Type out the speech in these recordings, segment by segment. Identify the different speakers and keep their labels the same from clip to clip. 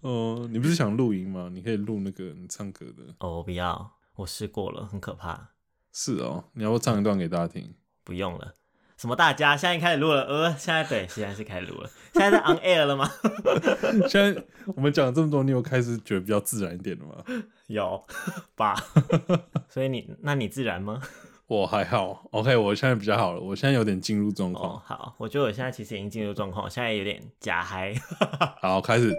Speaker 1: 哦，你不是想录音吗？你可以录那个你唱歌的。
Speaker 2: 哦，我不要，我试过了，很可怕，
Speaker 1: 是哦，你要不唱一段给大家听？
Speaker 2: 不用了。什么？大家现在开始录了？呃，现在对，现在是开始录了。现在在 on air 了吗？
Speaker 1: 现在我们讲了这么多，你有开始觉得比较自然一点了吗？
Speaker 2: 有吧？所以你那你自然吗？
Speaker 1: 我还好，OK，我现在比较好了，我现在有点进入状况。
Speaker 2: 哦，好，我觉得我现在其实已经进入状况，我现在有点假 嗨。
Speaker 1: 好，开始。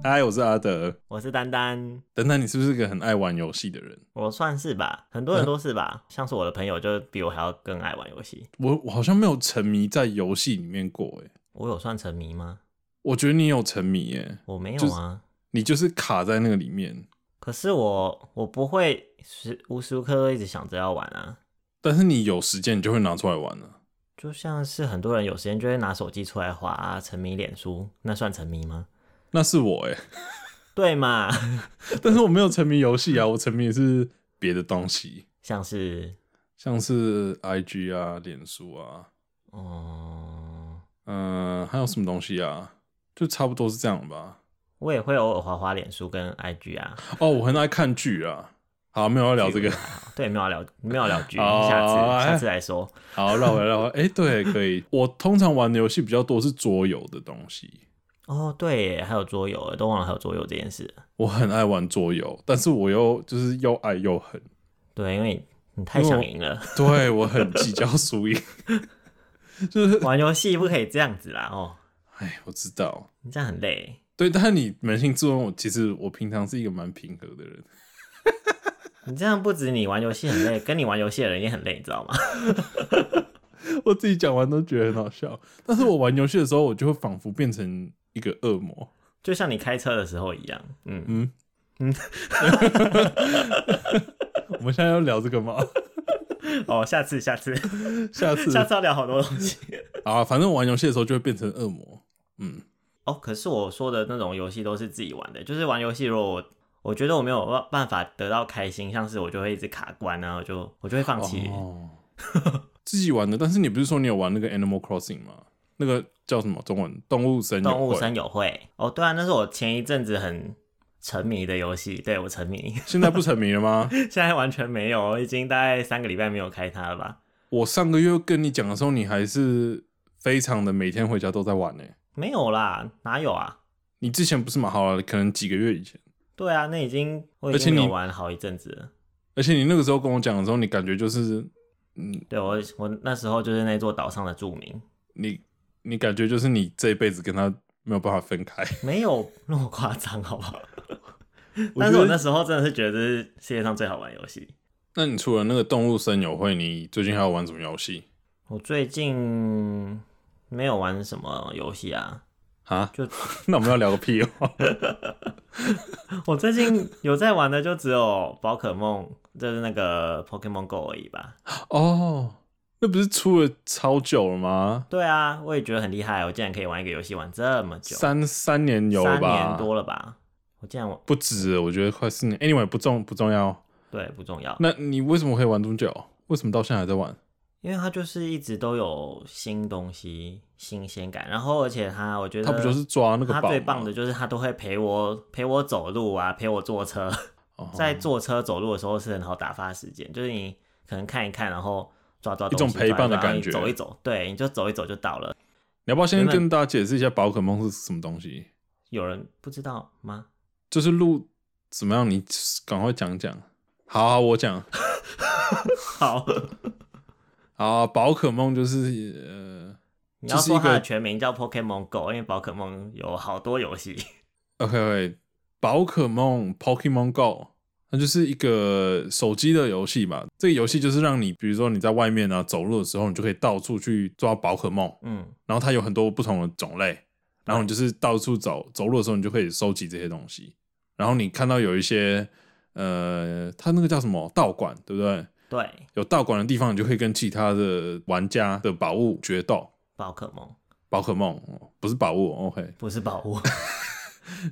Speaker 1: 嗨，我是阿德。
Speaker 2: 我是丹丹，
Speaker 1: 等等，你是不是个很爱玩游戏的人？
Speaker 2: 我算是吧，很多人都是吧，像是我的朋友就比我还要更爱玩游戏。
Speaker 1: 我我好像没有沉迷在游戏里面过，诶，
Speaker 2: 我有算沉迷吗？
Speaker 1: 我觉得你有沉迷，诶，
Speaker 2: 我没
Speaker 1: 就
Speaker 2: 有
Speaker 1: 是
Speaker 2: 啊。
Speaker 1: 你就是卡在那个里面。
Speaker 2: 可是我我不会时无时无刻都一直想着要玩啊，
Speaker 1: 但是你有时间，你就会拿出来玩了、
Speaker 2: 就像是很多人有时间就会拿手机出来滑、啊，沉迷脸书，那算沉迷吗？
Speaker 1: 那是我欸诶，
Speaker 2: 对嘛，
Speaker 1: 但是我没有沉迷游戏啊，我沉迷的是别的东西，
Speaker 2: 像是
Speaker 1: 像是 IG 啊、脸书啊，
Speaker 2: 嗯，
Speaker 1: 嗯、还有什么东西啊？就差不多是这样吧。
Speaker 2: 我也会偶尔滑滑脸书跟 IG 啊。
Speaker 1: 哦，我很爱看剧啊。好，没有要聊这个。
Speaker 2: 对，没有聊，没有聊剧，
Speaker 1: 哦
Speaker 2: 下次
Speaker 1: 哎
Speaker 2: 下次来说。
Speaker 1: 好，绕回来，绕回来。哎、对，可以。我通常玩的游戏比较多是桌游的东西，
Speaker 2: 哦，对耶，还有桌游，都忘了还有桌游这件事。
Speaker 1: 我很爱玩桌游，但是我又就是又爱又恨，
Speaker 2: 对，因为你你太
Speaker 1: 因为
Speaker 2: 想
Speaker 1: 我
Speaker 2: 赢了，
Speaker 1: 对我很计较输赢。 就是，
Speaker 2: 玩游戏不可以这样子啦哦，
Speaker 1: 哎，我知道。
Speaker 2: 你这样很累。
Speaker 1: 对，但是你扪心自问，我其实我平常是一个蛮平和的人。
Speaker 2: 你这样不止你玩游戏很累，跟你玩游戏的人也很累，你知道吗？
Speaker 1: 我自己讲完都觉得很好笑，但是我玩游戏的时候，我就会仿佛变成一个恶魔。
Speaker 2: 就像你开车的时候一样，嗯，
Speaker 1: 嗯嗯，我们现在要聊这个 吗？
Speaker 2: 哦，下次下次
Speaker 1: 下次
Speaker 2: 下次要聊好多东西。
Speaker 1: 啊，反正我玩游戏的时候就会变成恶魔。嗯，
Speaker 2: 哦，可是我说的那种游戏都是自己玩的，就是玩游戏，如果我我觉得我没有办办法得到开心，像是我就会一直卡关啊，我就我就会放弃。
Speaker 1: 哦， 自己玩的。但是你不是说你有玩那个 Animal Crossing 吗？那个叫什么中文？动物森友会
Speaker 2: 动物森友会，哦，对啊，那是我前一阵子很沉迷的游戏，对我沉迷，
Speaker 1: 现在不沉迷了吗？
Speaker 2: 现在完全没有，已经大概三个礼拜没有开它了吧？
Speaker 1: 我上个月跟你讲的时候，你还是非常的每天回家都在玩呢、欸
Speaker 2: 没有啦，哪有啊？
Speaker 1: 你之前不是蛮好了，可能几个月以前，
Speaker 2: 对啊，那已经我已
Speaker 1: 而且
Speaker 2: 经没有
Speaker 1: 你
Speaker 2: 玩好一阵子了。
Speaker 1: 而且你那个时候跟我讲的时候，你感觉就是，嗯，
Speaker 2: 对我，我那时候就是那座岛上的住民，
Speaker 1: 你你感觉就是你这一辈子跟他没有办法分开。
Speaker 2: 没有那么夸张，好不好？
Speaker 1: 我
Speaker 2: 但
Speaker 1: 觉
Speaker 2: 是
Speaker 1: 得
Speaker 2: 我那时候真的是觉得这是世界上最好玩的游戏。
Speaker 1: 那你除了那个动物森友会，你最近还有玩什么游戏
Speaker 2: 我最近没有玩什么游戏啊，
Speaker 1: 啊？
Speaker 2: 就
Speaker 1: 那我们要聊个屁 哦、
Speaker 2: 我最近有在玩的就只有宝可梦，就是那个 Pokemon Go 而已吧。
Speaker 1: 哦，那不是出了超久了吗？
Speaker 2: 对啊，我也觉得很厉害，我竟然可以玩一个游戏玩这么久，
Speaker 1: 三三年有了
Speaker 2: 三
Speaker 1: 吧？
Speaker 2: 年多了吧？我竟然玩，
Speaker 1: 不止了，我觉得快四年。Anyway，不重不重要。
Speaker 2: 对，不重要，
Speaker 1: 那你为什么可以玩这么久？为什么到现在还在玩？
Speaker 2: 因为它就是一直都有新东西、新鲜感，然后而且它，我觉得
Speaker 1: 他不就是抓那个
Speaker 2: 他
Speaker 1: 宝
Speaker 2: 最
Speaker 1: 吗
Speaker 2: 棒的就是他都会陪我陪我走路啊，陪我坐车，
Speaker 1: 哦
Speaker 2: 在坐车走路的时候是很好打发时间，就是你可能看一看，然后抓抓
Speaker 1: 一种
Speaker 2: 东西
Speaker 1: 陪伴的
Speaker 2: 抓一抓
Speaker 1: 感觉
Speaker 2: 你走一走，对，你就走一走就到了。
Speaker 1: 你要不要先
Speaker 2: 原本
Speaker 1: 跟大家解释一下宝可梦是什么东西？
Speaker 2: 有人不知道吗？
Speaker 1: 就是录怎么样？你赶快讲讲。好好，我讲。
Speaker 2: 好，
Speaker 1: 啊，宝可梦就是呃
Speaker 2: 你要
Speaker 1: 这是一
Speaker 2: 说它的
Speaker 1: 个
Speaker 2: 全名叫 Pokemon Go，因为宝可梦有好多游戏，
Speaker 1: ，OK，, o 宝可梦 Pokemon Go，它就是一个手机的游戏吧。这个游戏就是让你，比如说你在外面啊走路的时候，你就可以到处去抓宝可梦，
Speaker 2: 嗯，
Speaker 1: 然后它有很多不同的种类，然后你就是到处走走路的时候，你就可以收集这些东西。然后你看到有一些呃，它那个叫什么道馆，对不对？
Speaker 2: 对，
Speaker 1: 有道馆的地方，你就可以跟其他的玩家的宝物决斗。
Speaker 2: 宝可梦
Speaker 1: 宝可梦哦不是宝物哦，OK，
Speaker 2: 不是宝 物，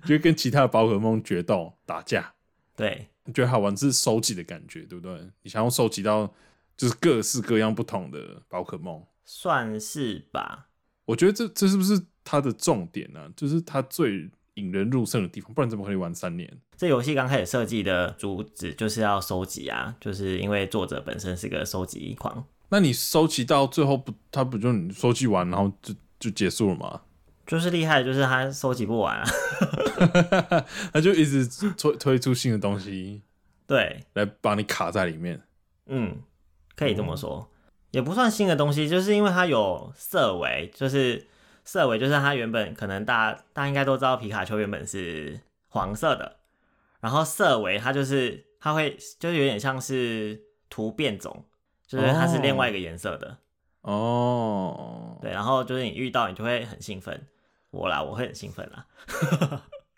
Speaker 1: 就跟其他的宝可梦决斗打架，
Speaker 2: 对，
Speaker 1: 你觉得好玩是收集的感觉，对不对？你想要收集到就是各式各样不同的宝可梦，
Speaker 2: 算是吧。
Speaker 1: 我觉得这这是不是它的重点呢、就是它最引人入胜的地方，不然怎么可以玩三年？
Speaker 2: 这游戏刚开始设计的主旨就是要收集啊，就是因为作者本身是个收集狂，
Speaker 1: 那你收集到最后不，它不就你收集完然后就就结束了吗？
Speaker 2: 就是厉害，就是他收集不完啊。
Speaker 1: 它就一直推推出新的东西
Speaker 2: 对，
Speaker 1: 来把你卡在里面。
Speaker 2: 嗯，可以这么说，也不算新的东西，就是因为它有色违，就是色违，就是它原本可能大大家应该都知道，皮卡丘原本是黄色的，然后色违它就是它会就是有点像是突变种，就是它是另外一个颜色的，
Speaker 1: 哦，
Speaker 2: 对，然后就是你遇到你就会很兴奋，我啦我会很兴奋啦，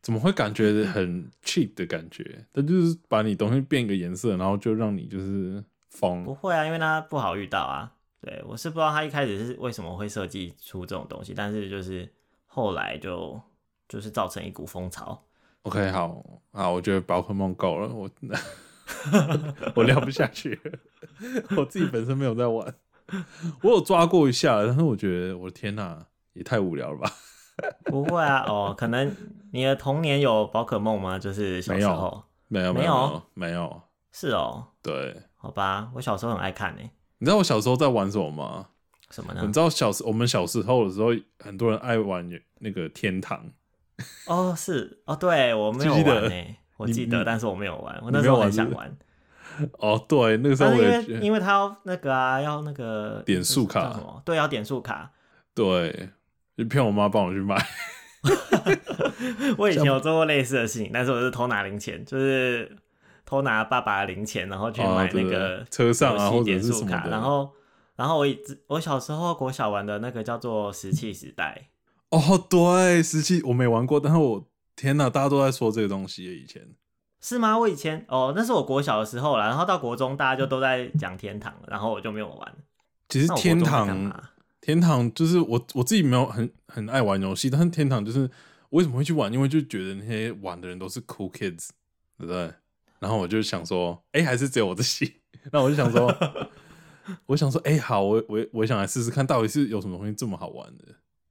Speaker 1: 怎么会感
Speaker 2: 嗯
Speaker 1: 觉很 cheap 的感觉？它就是把你东西变一个颜色，然后就让你就是疯
Speaker 2: 不。会啊，因为它不好遇到啊。对，我是不知道他一开始是为什么会设计出这种东西，但是就是后来就就是造成一股风潮。
Speaker 1: OK，好好，我觉得宝可梦够了， 我 我聊不下去 了，我自己本身没有在玩，我有抓过一下，但是我觉得我的天哪、也太无聊了吧？
Speaker 2: 不会啊，哦，可能你的童年有宝可梦吗？就是小时
Speaker 1: 没
Speaker 2: 候
Speaker 1: 没有有
Speaker 2: 没有
Speaker 1: 没有没有，
Speaker 2: 是哦，
Speaker 1: 对，
Speaker 2: 好吧，我小时候很爱看呢、
Speaker 1: 你知道我小时候在玩什么吗？
Speaker 2: 什么
Speaker 1: 你
Speaker 2: 呢？
Speaker 1: 知道小时我们小时候的时候，很多人爱玩那个天堂，
Speaker 2: 哦，是哦，对我没有
Speaker 1: 记
Speaker 2: 玩
Speaker 1: 得
Speaker 2: 呢、我
Speaker 1: 你
Speaker 2: 记
Speaker 1: 你
Speaker 2: 得，但是我没有玩，我
Speaker 1: 你
Speaker 2: 那
Speaker 1: 没
Speaker 2: 时
Speaker 1: 有
Speaker 2: 候很
Speaker 1: 玩是
Speaker 2: 想
Speaker 1: 不是
Speaker 2: 玩，
Speaker 1: 哦，对，那个时候
Speaker 2: 但
Speaker 1: 我
Speaker 2: 啊
Speaker 1: 也
Speaker 2: 是因为
Speaker 1: 觉得
Speaker 2: 因为他要那个啊，要那个
Speaker 1: 点数卡
Speaker 2: 叫什么？对，要点数卡。
Speaker 1: 对，就骗我妈帮我去买，
Speaker 2: 我以前有做过类似的事情，但是我是偷拿零钱，就是偷拿爸爸的零钱，然后去
Speaker 1: 啊
Speaker 2: 买
Speaker 1: 对
Speaker 2: 那个
Speaker 1: 车上啊
Speaker 2: 游戏
Speaker 1: 或者
Speaker 2: 点
Speaker 1: 是
Speaker 2: 数
Speaker 1: 什么
Speaker 2: 卡，
Speaker 1: 的
Speaker 2: 然后然后我以我小时候国小玩的那个叫做《石器时代
Speaker 1: 哦，对，石器我没玩过，但是我天哪，大家都在说这个东西耶，以前》，
Speaker 2: 是吗？我以前哦，那是我国小的时候啦，然后到国中大家就都在讲天堂了，然后我就没有玩。
Speaker 1: 其实
Speaker 2: 那我国
Speaker 1: 天
Speaker 2: 中啊在干
Speaker 1: 堂
Speaker 2: 嘛？
Speaker 1: 天堂就是我我自己没有很很爱玩游戏，但是天堂就是我为什么会去玩，因为就觉得那些玩的人都是 cool kids，对不对？然后我就想说，哎、还是只有我自己， 那我就想说，我想说，哎、好，我我我想来试试看，到底是有什么东西这么好玩的？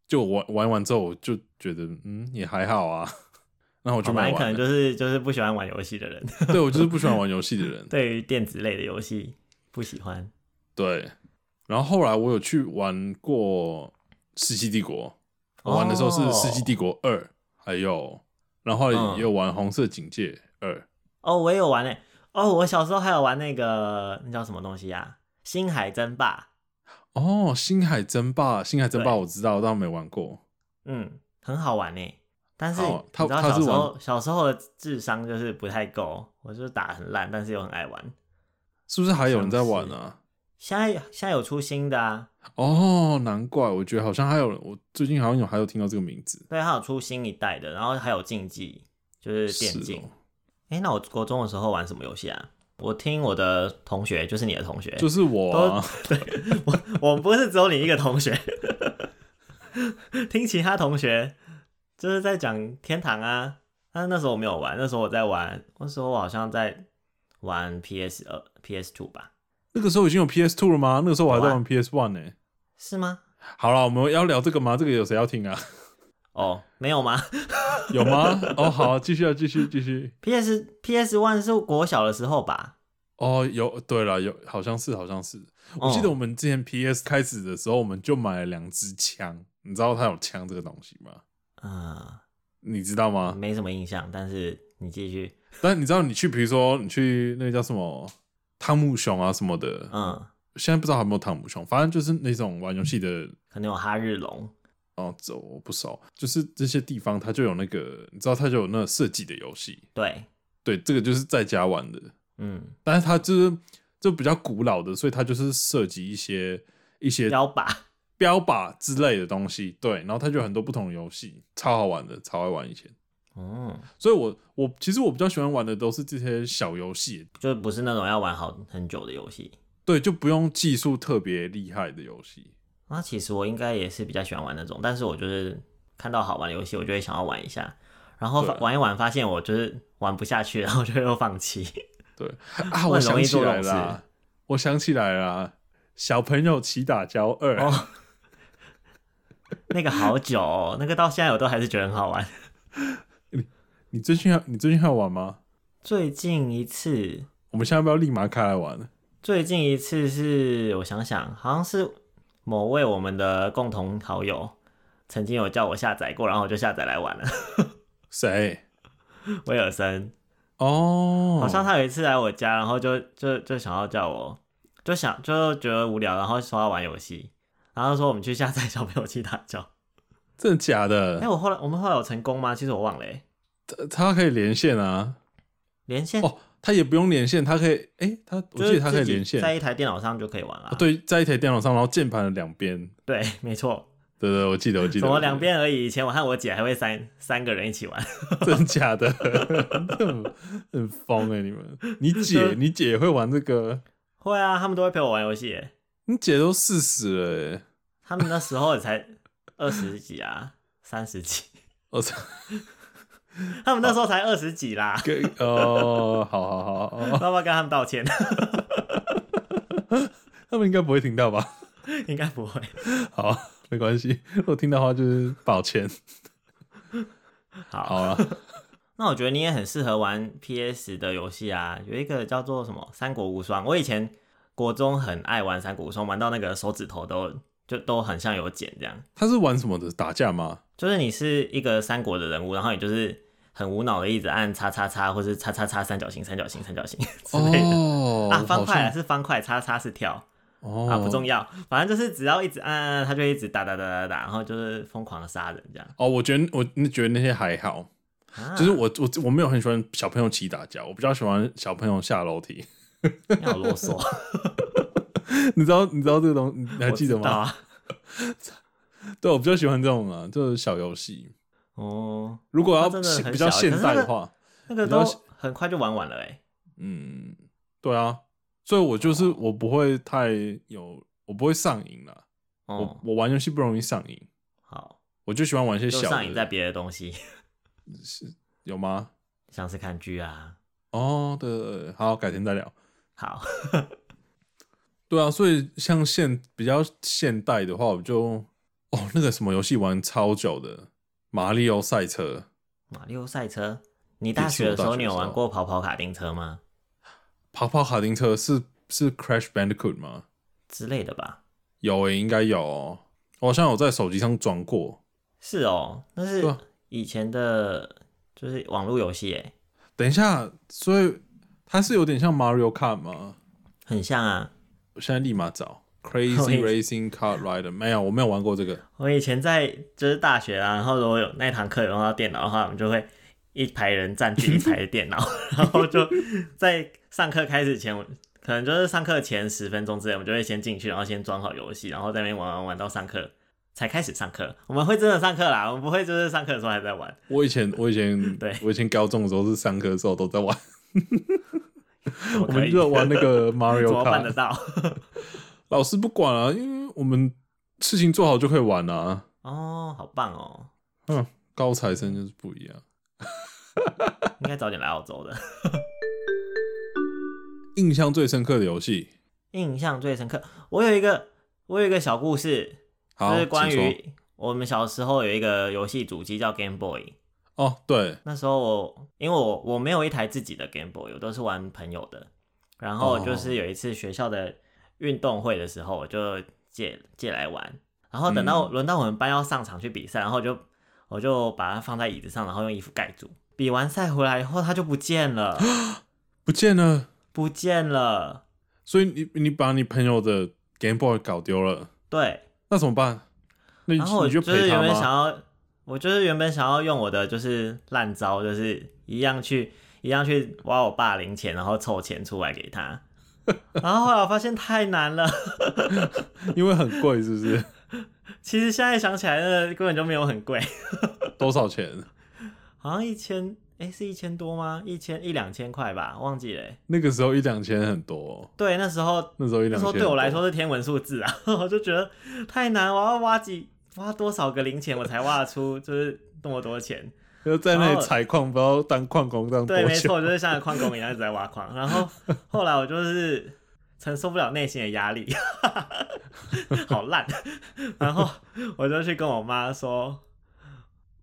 Speaker 1: 就我玩玩完之后，我就觉得，嗯，也还好啊。 然后我就
Speaker 2: 好吧，
Speaker 1: 买
Speaker 2: 你可
Speaker 1: 完
Speaker 2: 能
Speaker 1: 了。
Speaker 2: 就是就是不喜欢玩游戏的人，
Speaker 1: 对我就是不喜欢玩游戏的人。
Speaker 2: 对于电子类的游戏不喜欢。
Speaker 1: 对，然后后来我有去玩过《世纪帝国》，我玩的时候是《世纪帝国二》，还有，然后后来
Speaker 2: 嗯
Speaker 1: 也有玩《红色警戒二》
Speaker 2: 哦，我也有玩诶、哦，我小时候还有玩那个那叫什么东西啊？星海争霸，
Speaker 1: 哦，《星海争霸》，《星海争霸》
Speaker 2: 对
Speaker 1: 我知道，但我没玩过。
Speaker 2: 嗯，很好玩诶、但是
Speaker 1: 好
Speaker 2: 你
Speaker 1: 他
Speaker 2: 知道
Speaker 1: 哦他
Speaker 2: 小
Speaker 1: 是
Speaker 2: 时候小时候的智商就是不太够，我就是打很烂，但是又很爱玩。
Speaker 1: 是不是还有人在玩啊？
Speaker 2: 现在现在有出新的啊，
Speaker 1: 哦，难怪，我觉得好像还有人，我最近好像有还有听到这个名字。
Speaker 2: 对，它有出新一代的，然后还有竞技，就是电
Speaker 1: 是
Speaker 2: 竞。
Speaker 1: 哦，
Speaker 2: 哎、那我国中的时候玩什么游戏啊？我听我的同学，就是你的同学，
Speaker 1: 就是我啊、
Speaker 2: 我 我们不是只有你一个同学， 听其他同学就是在讲天堂啊。但是那时候我没有玩，那时候我在玩，那时候我好像在玩 PS 二、PS Two 吧？
Speaker 1: 那个时候已经有 PS Two 了吗？那个时候我还在
Speaker 2: 有啊
Speaker 1: 玩 PS One 呢、
Speaker 2: 是吗？
Speaker 1: 好了，我们要聊这个吗？这个有谁要听啊？
Speaker 2: 哦，没有吗
Speaker 1: 有 吗？哦，好，继续啊，继续，继续。
Speaker 2: ？PS PS One 是国小的时候吧？
Speaker 1: 哦，有，对了，有，好像是，好像是。我
Speaker 2: 哦嗯
Speaker 1: 记得我们之前 PS 开始的时候，我们就买了两支枪，你知道它有枪这个东西吗？
Speaker 2: 嗯、
Speaker 1: 你知道吗？
Speaker 2: 没什么印象，但是你继续，
Speaker 1: 但你知道你去，比如说你去那个叫什么汤姆熊啊什么的，
Speaker 2: 嗯，
Speaker 1: 现在不知道有没有汤姆熊，反正就是那种玩游戏的
Speaker 2: 可能有哈日龙，
Speaker 1: 哦，这我不熟，就是这些地方它就有那个，你知道它就有那个设计的游戏，
Speaker 2: 对，
Speaker 1: 对，这个就是在家玩的，
Speaker 2: 嗯，
Speaker 1: 但是它就是就比较古老的，所以它就是涉及一些一些
Speaker 2: 标靶，
Speaker 1: 标靶之类的东西，对，然后它就有很多不同的游戏，超好玩的，超爱玩以前。
Speaker 2: 嗯，
Speaker 1: 所以我我其实我比较喜欢玩的都是这些小游戏，
Speaker 2: 就不是那种要玩好很久的游戏。
Speaker 1: 对，就不用技术特别厉害的游 戏。
Speaker 2: 那其实我应该也是比较喜欢玩那种，但是我就是看到好玩的游戏，我就会想要玩一下，然后
Speaker 1: 对
Speaker 2: 发玩一玩，发现我就是玩不下 去，然后就又放弃。
Speaker 1: 对啊，我
Speaker 2: 我很容
Speaker 1: 想
Speaker 2: 易
Speaker 1: 起
Speaker 2: 做
Speaker 1: 来
Speaker 2: 这种
Speaker 1: 啦，我想起来啦，小朋友骑打交二、
Speaker 2: 哦那个好久、哦，那个到现在我都还是觉得很好玩。
Speaker 1: 你最近还你最近还有玩吗？
Speaker 2: 最近一次，
Speaker 1: 我们现在要不要立马开来玩？
Speaker 2: 最近一次是我想想，好像是某位我们的共同好友曾经有叫我下载过，然后我就下载来玩了。
Speaker 1: 谁？
Speaker 2: 威尔森，
Speaker 1: 哦，
Speaker 2: 好像他有一次来我家，然后就就就想要叫我，就想就觉得无聊，然后说要玩游戏，然后说我们去下载小朋友去打 交。
Speaker 1: 真的假
Speaker 2: 哎、
Speaker 1: 的？
Speaker 2: 我后来我们后来有成功吗？其实我忘了、欸，
Speaker 1: 他他可以连线啊！
Speaker 2: 连线、
Speaker 1: 哦，他也不用连线，他可以，哎、他我
Speaker 2: 就
Speaker 1: 记
Speaker 2: 是
Speaker 1: 得他可以
Speaker 2: 自己
Speaker 1: 连线，
Speaker 2: 在一台电脑上就可以玩了、
Speaker 1: 哦对，在一台电脑上，然后键盘的两边，
Speaker 2: 对，没错，
Speaker 1: 对对，我记得，我记
Speaker 2: 怎
Speaker 1: 得，
Speaker 2: 么
Speaker 1: 我记得
Speaker 2: 两？边而已？以前我和我姐还会三三个人一起玩，
Speaker 1: 真假的？ 很 很疯哎、你们！你姐，你姐也会玩这个？
Speaker 2: 会啊，他们都会陪我玩游戏、欸。
Speaker 1: 你姐都四十了、欸，
Speaker 2: 他们那时候也才 二十几啊，三十几，
Speaker 1: 我操！
Speaker 2: 他们那时候才二十几啦。
Speaker 1: 跟 哦，好好好， 哦、
Speaker 2: 爸爸跟他们道歉，
Speaker 1: 他们应该不会听到吧？
Speaker 2: 应该不会。
Speaker 1: 好，没关系，如果听到的话就是抱歉。
Speaker 2: 好，
Speaker 1: 好啊了，
Speaker 2: 那我觉得你也很适合玩 PS 的游戏啊，有一个叫做什么《三国无双》，我以前国中很爱玩《三国无双》，玩到那个手指头都就都很像有茧这样。
Speaker 1: 他是玩什么的？打架吗？
Speaker 2: 就是你是一个三国的人物，然后你就是很无脑的一直按叉叉叉或是叉叉叉三角形三角形三角形 之类的、
Speaker 1: 哦，
Speaker 2: 啊，方
Speaker 1: 好
Speaker 2: 块啊
Speaker 1: 像
Speaker 2: 是方块，叉叉是跳。
Speaker 1: 哦，
Speaker 2: 啊，不重要，反正就是只要一直按按，按，他就一直打打打打打，然后就是疯狂地杀人这样。
Speaker 1: 哦，我觉得我你觉得那些还好，
Speaker 2: 啊、
Speaker 1: 就是我我我没有很喜欢小朋友骑打架，我比较喜欢小朋友下楼梯。
Speaker 2: 你好啰嗦，
Speaker 1: 你知道你知道这个东，你还记得
Speaker 2: 我知道
Speaker 1: 吗？
Speaker 2: 啊、
Speaker 1: 对，我比较喜欢这种啊，就是小游戏。
Speaker 2: 哦，
Speaker 1: 如果要
Speaker 2: 它真的
Speaker 1: 现
Speaker 2: 很
Speaker 1: 比较
Speaker 2: 小
Speaker 1: 现
Speaker 2: 可是
Speaker 1: 代
Speaker 2: 那
Speaker 1: 的
Speaker 2: 个
Speaker 1: 话，
Speaker 2: 那个
Speaker 1: 你知道
Speaker 2: 都很快就玩完了哎、
Speaker 1: 嗯，对啊，所以我就是
Speaker 2: 哦
Speaker 1: 我不会太有，我不会上瘾了。我
Speaker 2: 哦，
Speaker 1: 我玩游戏不容易上瘾，
Speaker 2: 好，
Speaker 1: 我就喜欢玩一些
Speaker 2: 就
Speaker 1: 小
Speaker 2: 上瘾在
Speaker 1: 的。
Speaker 2: 别的东西，
Speaker 1: 有吗？
Speaker 2: 像是看剧啊。
Speaker 1: 哦，对对对，好，改天再聊。
Speaker 2: 好，
Speaker 1: 对啊，所以像现比较现代的话，我就哦那个什么游戏玩超久的《马里奥赛车》，
Speaker 2: 马里奥赛车，你
Speaker 1: 第一
Speaker 2: 大
Speaker 1: 次
Speaker 2: 学
Speaker 1: 我
Speaker 2: 的
Speaker 1: 大
Speaker 2: 时候
Speaker 1: 学的
Speaker 2: 你有
Speaker 1: 时
Speaker 2: 玩
Speaker 1: 候
Speaker 2: 过跑跑卡丁车吗？
Speaker 1: 跑跑卡丁车是是 Crash Bandicoot 吗？
Speaker 2: 之类的吧？
Speaker 1: 有诶、应该有、哦，我好像有在手机上装过。
Speaker 2: 是哦，那是
Speaker 1: 对啊
Speaker 2: 以前的，就是网络游戏哎，
Speaker 1: 等一下，所以它是有点像 Mario Kart 吗？
Speaker 2: 很像啊。
Speaker 1: 我现在立马找
Speaker 2: 我也
Speaker 1: Crazy Racing Kart Rider，没有，我没有玩过这个。
Speaker 2: 我以前在就是大学啊，然后如果有那堂课有用到电脑的话，我们就会一排人占据一排的电 脑，然后就在上课开始前，我可能就是上课前十分钟之内，我们就会先进去，然后先装好游戏，然后在那边玩玩玩到上课才开始上课。我们会真的上课啦，我们不会就是上课的时候还在玩，
Speaker 1: 我以前，我以前，
Speaker 2: 对
Speaker 1: 我以前高中的时候是上课的时候都在玩，
Speaker 2: 怎么
Speaker 1: 我
Speaker 2: 可
Speaker 1: 们
Speaker 2: 以？
Speaker 1: 就玩那 个
Speaker 2: 怎
Speaker 1: Mario
Speaker 2: 么办得
Speaker 1: Kart。
Speaker 2: 到？
Speaker 1: 老师不管啊，因为我们事情做好就可以玩啊。
Speaker 2: 哦，好棒哦！
Speaker 1: 嗯，高材生就是不一样。
Speaker 2: 应该早点来澳洲的。
Speaker 1: 印象最深刻的游戏，
Speaker 2: 印象最深刻，我有一个，我有一个小故事，
Speaker 1: 好，
Speaker 2: 就是关
Speaker 1: 请说
Speaker 2: 于我们小时候有一个游戏主机叫 Game Boy，
Speaker 1: 哦，对，
Speaker 2: 那时候我因为我我没有一台自己的 Game Boy，我都是玩朋友的。然后就是有一次学校的运动会的时候，我就借借来玩。然后等到
Speaker 1: 嗯
Speaker 2: 轮到我们班要上场去比赛，然后我就我就把它放在椅子上，然后用衣服盖住。比完赛回来以后，它就不见了，
Speaker 1: 不见了，
Speaker 2: 不见了。
Speaker 1: 所以你你把你朋友的 Game Boy 搞丢了，
Speaker 2: 对，
Speaker 1: 那怎么办？那你
Speaker 2: 然后我
Speaker 1: 你就
Speaker 2: 就是
Speaker 1: 陪
Speaker 2: 原
Speaker 1: 他
Speaker 2: 本想
Speaker 1: 吗？
Speaker 2: 要，我就是原本想要用我的就是烂招，就是一样去一样去挖我爸零钱，然后凑钱出来给他。然后后来我发现太难了，
Speaker 1: 因为很贵，是不是？
Speaker 2: 其实现在想起来，那个根本就没有很贵，
Speaker 1: 多少钱？
Speaker 2: 好像一千，哎，是一千多吗？一千一两千块吧，忘记了欸。
Speaker 1: 那个时候一两千很多哦、
Speaker 2: 对，那时候
Speaker 1: 那时候一
Speaker 2: 那
Speaker 1: 两
Speaker 2: 时
Speaker 1: 千
Speaker 2: 候
Speaker 1: 很多
Speaker 2: 对我来说是天文数字啊， 我就觉得太难，我要挖几挖多少个零钱我才挖得出就是那么多钱。
Speaker 1: 就在那里采矿，不知道当矿工当多
Speaker 2: 对，没
Speaker 1: 久。
Speaker 2: 错，就是像个矿工一样一直在挖矿。然后后来我就是承受不了内心的压力，好烂。然后我就去跟我妈说：“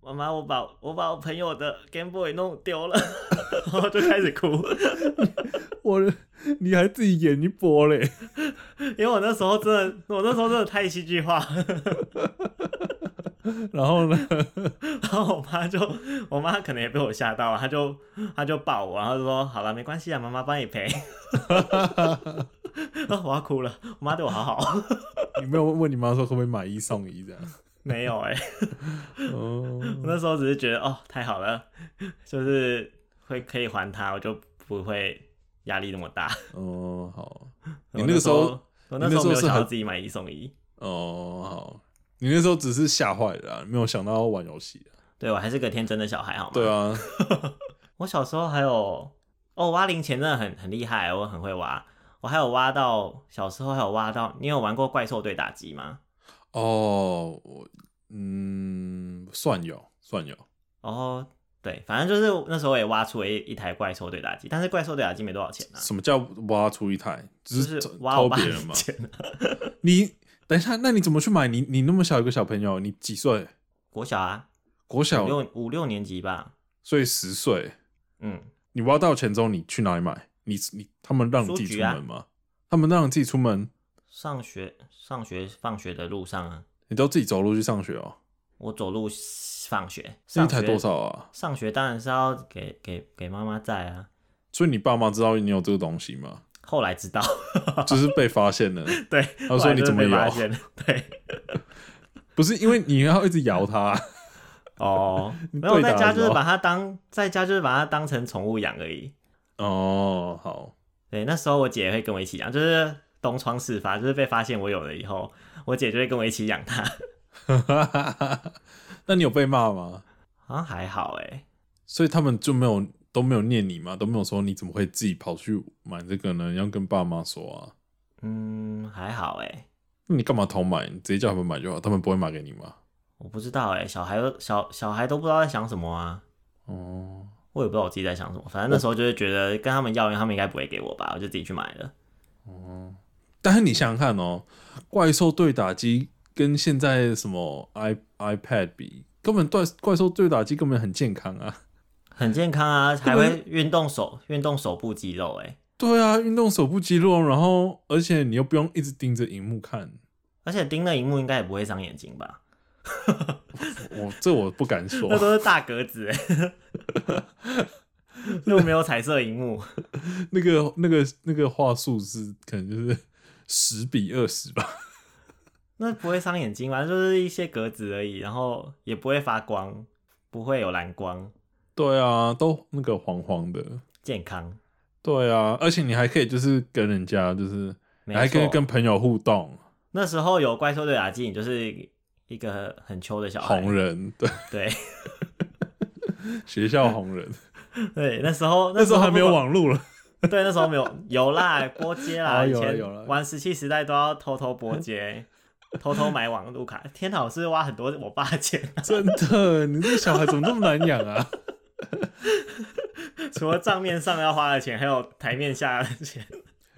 Speaker 2: 妈妈，我把我把我朋友的 Game Boy 弄丢了。” 然后就开始哭，
Speaker 1: 我 的你还自己演一波嘞，
Speaker 2: 因为我那时候真的，我那时候真的太戏剧化。
Speaker 1: 然后呢，
Speaker 2: 然后我妈就，我妈可能也被我吓到，她就她就抱我，然后就说：“好了，没关系啊，妈妈帮你赔。” 啊我要哭了，我妈对我好好。
Speaker 1: 你没有问你妈说可不可以买一送一这样？
Speaker 2: 没有哎、
Speaker 1: 哦，
Speaker 2: 我那时候只是觉得哦，太好了， 就是会可以还他，我就不会压力那么大。
Speaker 1: 哦，好，
Speaker 2: 我
Speaker 1: 你那个时候，你
Speaker 2: 我那
Speaker 1: 那时
Speaker 2: 时
Speaker 1: 候
Speaker 2: 候没有
Speaker 1: 是
Speaker 2: 想
Speaker 1: 很
Speaker 2: 到自己买一送一，
Speaker 1: 哦，好，你那时候只是吓坏了啊，没有想到要玩游戏啊。
Speaker 2: 对我还是个天真的小孩，好吗？
Speaker 1: 对啊，
Speaker 2: 我小时候还有哦，挖零钱真的很很厉害，我很会挖。我还有挖到小时候还有挖到，你有玩过怪兽对打机吗？
Speaker 1: 哦，我嗯，算有，算有。
Speaker 2: 哦，对，反正就是那时候也挖出了一一台怪兽对打机，但是怪兽对打机没多少钱啊，
Speaker 1: 什么叫挖出一台？只
Speaker 2: 就是
Speaker 1: 偷
Speaker 2: 挖我
Speaker 1: 偷
Speaker 2: 爸
Speaker 1: 别
Speaker 2: 的
Speaker 1: 人嘛？
Speaker 2: 钱啊。
Speaker 1: 你等一下，那你怎么去买？你你那么小一个小朋友，你几岁？
Speaker 2: 国小啊，
Speaker 1: 国
Speaker 2: 五
Speaker 1: 小，
Speaker 2: 六五六年级吧，
Speaker 1: 所以十岁。
Speaker 2: 嗯，
Speaker 1: 你挖到钱之后，你去哪里买？你你他们让你自
Speaker 2: 书
Speaker 1: 己
Speaker 2: 局
Speaker 1: 出
Speaker 2: 啊
Speaker 1: 门吗？他们让你自己出门，
Speaker 2: 上学上学放学的路上啊，
Speaker 1: 你都自己走路去上学哦？
Speaker 2: 我走路放学，
Speaker 1: 那一
Speaker 2: 上
Speaker 1: 台
Speaker 2: 学
Speaker 1: 多？少啊？
Speaker 2: 上学当然是要给给给妈妈载啊。
Speaker 1: 所以你爸妈知道你有这个东西吗？
Speaker 2: 后来知道，
Speaker 1: 就是被发现了，
Speaker 2: 对，
Speaker 1: 他
Speaker 2: 后
Speaker 1: 说
Speaker 2: 来
Speaker 1: 哦你怎
Speaker 2: 真的
Speaker 1: 么
Speaker 2: 被发
Speaker 1: 有
Speaker 2: 现？ 对，
Speaker 1: 不是因为你要一直摇它，
Speaker 2: 哦，
Speaker 1: 你
Speaker 2: 没有
Speaker 1: 对打
Speaker 2: 在家
Speaker 1: 的时
Speaker 2: 就是
Speaker 1: 候
Speaker 2: 把它当在家就是把它当成宠物养而已。
Speaker 1: 哦，好，
Speaker 2: 对，那时候我姐也会跟我一起养，就是东窗事发，就是被发现我有了以后，我姐就会跟我一起养它。
Speaker 1: 那你有被骂吗？
Speaker 2: 好像还好哎，
Speaker 1: 所以他们就没有都没有念你吗？都没有说你怎么会自己跑去买这个呢？你要跟爸妈说啊，
Speaker 2: 嗯，还好哎，
Speaker 1: 那你干嘛偷买？你直接叫他们买就好，他们不会买给你吗？
Speaker 2: 我不知道哎，小孩都小小孩都不知道在想什么啊。
Speaker 1: 哦，
Speaker 2: 我也不知道我自己在想什么，反正那时候就是觉得跟他们要，他们应该不会给我吧，我就自己去买了。
Speaker 1: 但是你想想看哦，怪兽对打机跟现在什么 i iPad 比，根本对怪兽对打机根本很健康啊。
Speaker 2: 很健康啊，还
Speaker 1: 本
Speaker 2: 会 运动手运动手部肌肉、欸，
Speaker 1: 对啊，运动手部肌肉，然后而且你又不用一直盯着荧幕看，
Speaker 2: 而且盯了荧幕应该也不会伤眼睛吧？
Speaker 1: 我这我不敢说
Speaker 2: 那。都是大格子、欸， 又没有彩色荧幕，
Speaker 1: 那个那个那个话术是可能就是十比二十吧。
Speaker 2: 那不会伤眼睛吧？就是一些格子而已，然后也不会发光，不会有蓝光，
Speaker 1: 对啊，都那个黄黄的。
Speaker 2: 健康。
Speaker 1: 对啊，而且你还可以就是跟人家就是
Speaker 2: 没
Speaker 1: 还可以
Speaker 2: 错
Speaker 1: 跟朋友互动，
Speaker 2: 那时候有怪兽对打机，你就是一个很秋的小孩，
Speaker 1: 红人哎对
Speaker 2: 对
Speaker 1: 学校红人，
Speaker 2: 对，那时候
Speaker 1: 那时候还没有
Speaker 2: 网。
Speaker 1: 网络 了。
Speaker 2: 对，那时候没有，有啦，拨接啦，
Speaker 1: 啊
Speaker 2: 以
Speaker 1: 有啦
Speaker 2: 前
Speaker 1: 有啦
Speaker 2: 玩石器时代都要偷偷拨 接，偷偷买网路卡。天哪，我是不是挖很多我爸的钱，
Speaker 1: 真的，你这个小孩怎么那么难养啊？
Speaker 2: 除了账面上要花的钱，还有台面下的钱。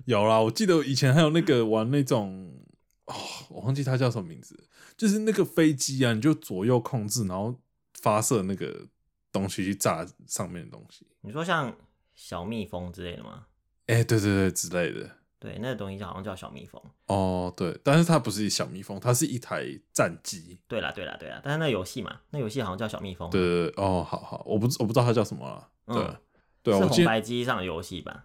Speaker 1: 有啦，我记得以前还有那个玩那种，哦，我忘记它叫什么名字了，就是那个飞机啊，你就左右控制，然后发射那个东西去炸上面的东西。
Speaker 2: 你说像小蜜蜂之类的吗？
Speaker 1: 哎、对对对，之类的。
Speaker 2: 对，那个东西好像叫小蜜蜂。
Speaker 1: 哦，对，但是它不是小蜜蜂，它是一台战机。
Speaker 2: 对啦，对啦，对啦，但是那游戏嘛，那游戏好像叫小蜜蜂，
Speaker 1: 对对对，哦，好好，我不知我不知道它叫什么了。对、
Speaker 2: 嗯
Speaker 1: 对啊，
Speaker 2: 是
Speaker 1: 我记
Speaker 2: 红
Speaker 1: 得
Speaker 2: 白机上的游戏吧？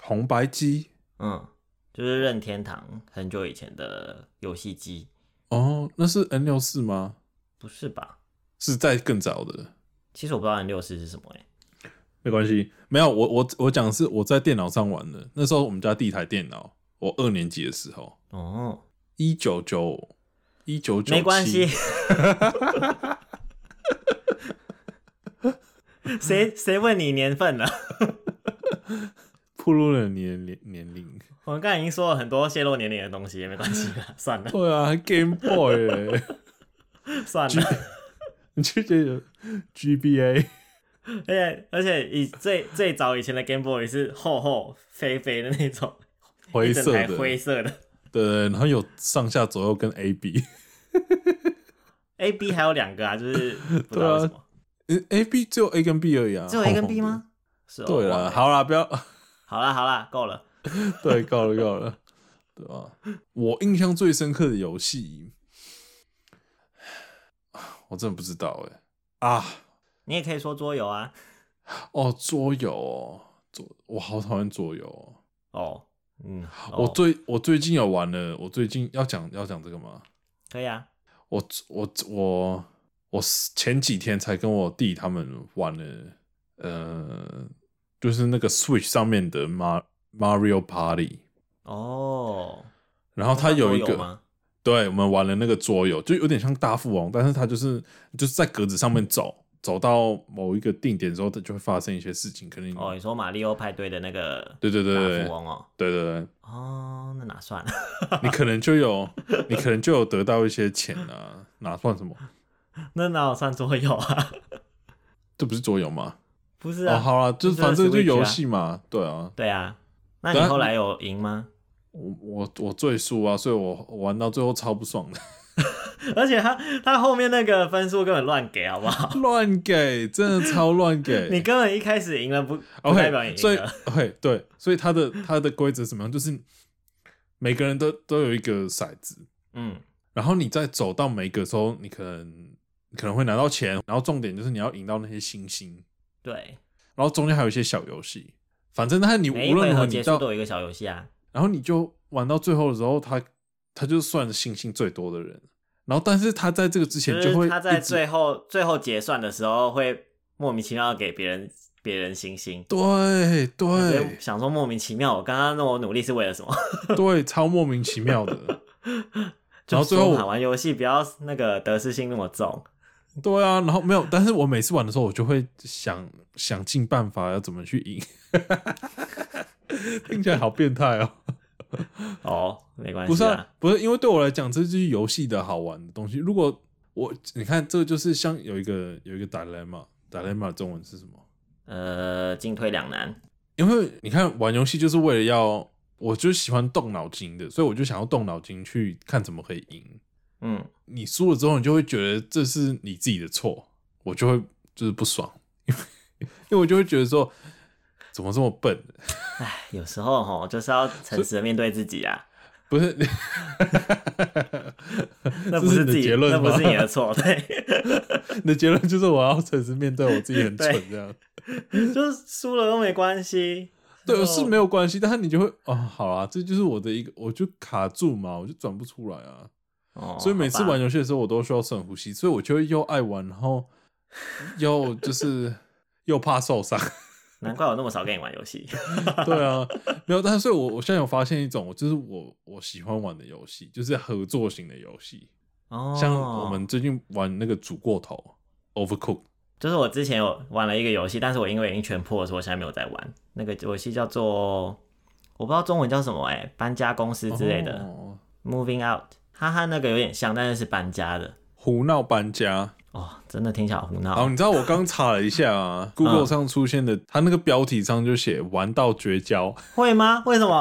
Speaker 1: 红白机。
Speaker 2: 嗯，就是任天堂很久以前的游戏机，
Speaker 1: 哦，那是 N 六四吗？
Speaker 2: 不是吧？
Speaker 1: 是在更早的。
Speaker 2: 其实我不知道 N 六四是什么哎、
Speaker 1: 没关系，没有我我我讲的是我在电脑上玩的，那时候我们家第一台电脑，我二年级的时候，
Speaker 2: 哦，
Speaker 1: 一九九一九九，
Speaker 2: 没 关系。谁谁问你年份了？
Speaker 1: 暴露了年年年龄。
Speaker 2: 我们刚才已经说了很多泄露年龄的东西，也没关系 啦，算了
Speaker 1: 对啊还，Game Boy，欸
Speaker 2: 算了。
Speaker 1: 你就觉得 GBA
Speaker 2: 而且而且以最最早以前的 Game Boy 是厚厚肥肥的那种，
Speaker 1: 灰
Speaker 2: 一整
Speaker 1: 色
Speaker 2: 台
Speaker 1: 的，
Speaker 2: 灰色的
Speaker 1: 对，然后有上下左右跟 A B，
Speaker 2: A、B 还有两个 啊，就是不知道为什么，
Speaker 1: A B 只有 A 跟 B 而已啊，
Speaker 2: 只有 A 跟 B
Speaker 1: 红红的？
Speaker 2: 吗？是 哦，
Speaker 1: 对啊
Speaker 2: 忘了
Speaker 1: 了，，好啦，不要，
Speaker 2: 好啦好啦，够了。
Speaker 1: 对，够了够了，对吧？我印象最深刻的游戏，我真的不知道哎、啊，
Speaker 2: 你也可以说桌游啊，
Speaker 1: 哦，桌游哦，桌我好讨厌桌游哦。
Speaker 2: 哦，嗯，
Speaker 1: 我
Speaker 2: 哦
Speaker 1: 最我最近有玩了，我最近要讲要讲这个吗？
Speaker 2: 可以啊，
Speaker 1: 我我我我前几天才跟我弟他们玩了，呃，就是那个 Switch 上面的 Mar Mario Party，
Speaker 2: 哦，
Speaker 1: 然后它有一
Speaker 2: 桌游
Speaker 1: 个，
Speaker 2: 吗？
Speaker 1: 对我们玩了那个桌游，就有点像大富翁，但是它就是就是在格子上面走，走到某一个定点之后，它就会发生一些事情，可能
Speaker 2: 哦，你说马里奥派对的那个
Speaker 1: 对对对
Speaker 2: 大
Speaker 1: 对
Speaker 2: 富翁哦，
Speaker 1: 对对对，
Speaker 2: 哦，那哪算？
Speaker 1: 你可能就有 你可能就有得到一些钱啊，哪算什么？
Speaker 2: 那哪有算桌游啊？
Speaker 1: 这不是桌游吗？
Speaker 2: 不是
Speaker 1: 哦，
Speaker 2: 啊，
Speaker 1: 好了，就
Speaker 2: 这是
Speaker 1: 反正就
Speaker 2: Switch 啊
Speaker 1: 游戏嘛，对啊，
Speaker 2: 对啊，那你
Speaker 1: 对啊
Speaker 2: 后来有赢吗？
Speaker 1: 我我我最输啊，所以我我玩到最后超不爽的，
Speaker 2: 而且他他后面那个分数根本乱给，好不好？
Speaker 1: 乱给，真的超乱给。
Speaker 2: 你根本一开始赢了不哦不代表你
Speaker 1: OK，所
Speaker 2: 赢
Speaker 1: 以
Speaker 2: 了，
Speaker 1: OK 对，所以它的它的规则怎么样？就是每个人都都有一个骰子，
Speaker 2: 嗯，
Speaker 1: 然后你在走到每一个时候，你可能你可能会拿到钱，然后重点就是你要赢到那些星星，
Speaker 2: 对，
Speaker 1: 然后中间还有一些小游戏。反正它你
Speaker 2: 每
Speaker 1: 无
Speaker 2: 一
Speaker 1: 论
Speaker 2: 回
Speaker 1: 如何
Speaker 2: 合
Speaker 1: 你
Speaker 2: 结
Speaker 1: 到
Speaker 2: 束都有一个小游戏啊，
Speaker 1: 然后你就玩到最后的时候，他他就算星星最多的人，然后但是他在这个之前
Speaker 2: 就
Speaker 1: 就是会
Speaker 2: 他在
Speaker 1: 一直
Speaker 2: 最后最后结算的时候会莫名其妙地给别人别人星星，
Speaker 1: 对
Speaker 2: 所以
Speaker 1: 对
Speaker 2: 想说莫名其妙，我刚刚那么努力是为了什么？
Speaker 1: 对，超莫名其妙的。然后最后
Speaker 2: 就
Speaker 1: 我
Speaker 2: 说嘛玩游戏不要那个得失心那么重，
Speaker 1: 对啊，然后没有，但是我每次玩的时候，我就会想想尽办法要怎么去赢， 听起来好变态 哦。
Speaker 2: 哦，没关
Speaker 1: 不是、
Speaker 2: 系
Speaker 1: 啊
Speaker 2: 啊，，
Speaker 1: 不是，因为对我来讲，这就是游戏的好玩的东西。如果我你看，这个就是像有一个有一个 dilemma，dilemma 的中文是什么？
Speaker 2: 呃，进退两难，
Speaker 1: 因为你看玩游戏就是为了要，我就喜欢动脑筋的，所以我就想要动脑筋去看怎么可以赢。
Speaker 2: 嗯，
Speaker 1: 你输了之后，你就会觉得这是你自己的错，我就会就是不爽，因为因为我就会觉得说怎么这么笨，
Speaker 2: 唉，有时候吼就是要诚实的面对自己啊，
Speaker 1: 不是？
Speaker 2: 那 不
Speaker 1: 这是你
Speaker 2: 自
Speaker 1: 的
Speaker 2: 己，
Speaker 1: 结论
Speaker 2: 那
Speaker 1: 吗？
Speaker 2: 不是你的错，对，
Speaker 1: 你的结论就是我要诚实面对我自己很
Speaker 2: 对
Speaker 1: 蠢这样。
Speaker 2: 就是输了都没关系，
Speaker 1: 对，
Speaker 2: 然后
Speaker 1: 是没有关系，但是你就会哦，好啊，这就是我的一个，我就卡住嘛，我就转不出来啊。
Speaker 2: 哦，
Speaker 1: 所以每次
Speaker 2: 好吧
Speaker 1: 玩游戏的时候，我都需要深呼吸，所以我就会又爱玩，然后又就是 又怕受伤。
Speaker 2: 难怪我那么少跟你玩游戏，
Speaker 1: 对啊，没有，但是所以我我现在有发现一种，就是我我喜欢玩的游戏，就是合作型的游戏，
Speaker 2: 哦，
Speaker 1: 像我们最近玩那个煮过头 （Overcook）。
Speaker 2: 就是我之前有玩了一个游戏，但是我因为已经全破了，所以我现在没有在玩。那个游戏叫做我不知道中文叫什么哎、搬家公司之类的、
Speaker 1: 哦
Speaker 2: m o v i n g Out，哈哈，那个有点像，但是是搬家的
Speaker 1: 胡闹搬家。
Speaker 2: 哦，真的挺小胡
Speaker 1: 好，
Speaker 2: 闹。
Speaker 1: 你知道我刚查了一下啊，Google 上出现的，它那个标题上就写“玩到绝交
Speaker 2: 会吗？为什么？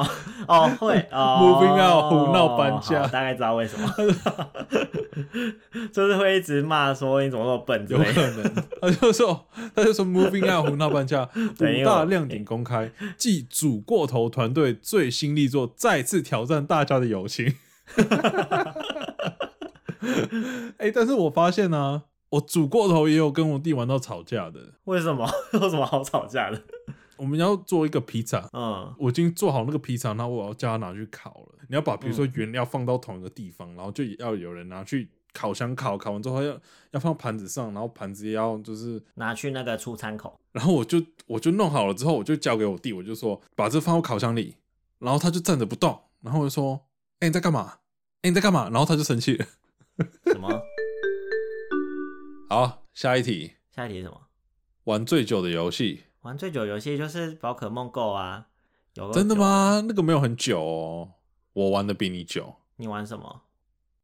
Speaker 2: 哦， 会哦
Speaker 1: Moving Out，胡闹搬家
Speaker 2: 好大概知道为什么， 就是会一直骂说你怎么那么笨”，之
Speaker 1: 有
Speaker 2: 类
Speaker 1: 可
Speaker 2: 的。
Speaker 1: 能。他就说，他就说 “Moving Out” 胡闹搬家
Speaker 2: 对因为
Speaker 1: 五
Speaker 2: 我
Speaker 1: 大亮点公开，继煮过头团队最新力作，再次挑战大家的友情。 哎、但是我发现呢、我煮过头也有跟我弟玩到吵架的。
Speaker 2: 为什么？ 有什么好吵架的？
Speaker 1: 我们要做一个披萨，
Speaker 2: 嗯，
Speaker 1: 我已经做好那个披萨，那我要叫他拿去烤了。你要把比如说
Speaker 2: 嗯
Speaker 1: 原料放到同一个地方，然后就要有人拿去烤箱烤，烤完之后要要放盘子上，然后盘子也要就是，
Speaker 2: 拿去那个出餐口。
Speaker 1: 然后我就我就弄好了之后，我就交给我弟，我就说把这放到烤箱里，然后他就站着不动，然后我就说，哎、你在干嘛？哎、你在干嘛？然后他就生气了。
Speaker 2: 什么？
Speaker 1: 好，下一题，
Speaker 2: 下一题是什么？
Speaker 1: 玩最久的游戏，
Speaker 2: 玩最久游戏就是宝可梦 Go 啊，有个
Speaker 1: 真的？吗？那个没有很久哦，我玩的比你久。
Speaker 2: 你玩什么？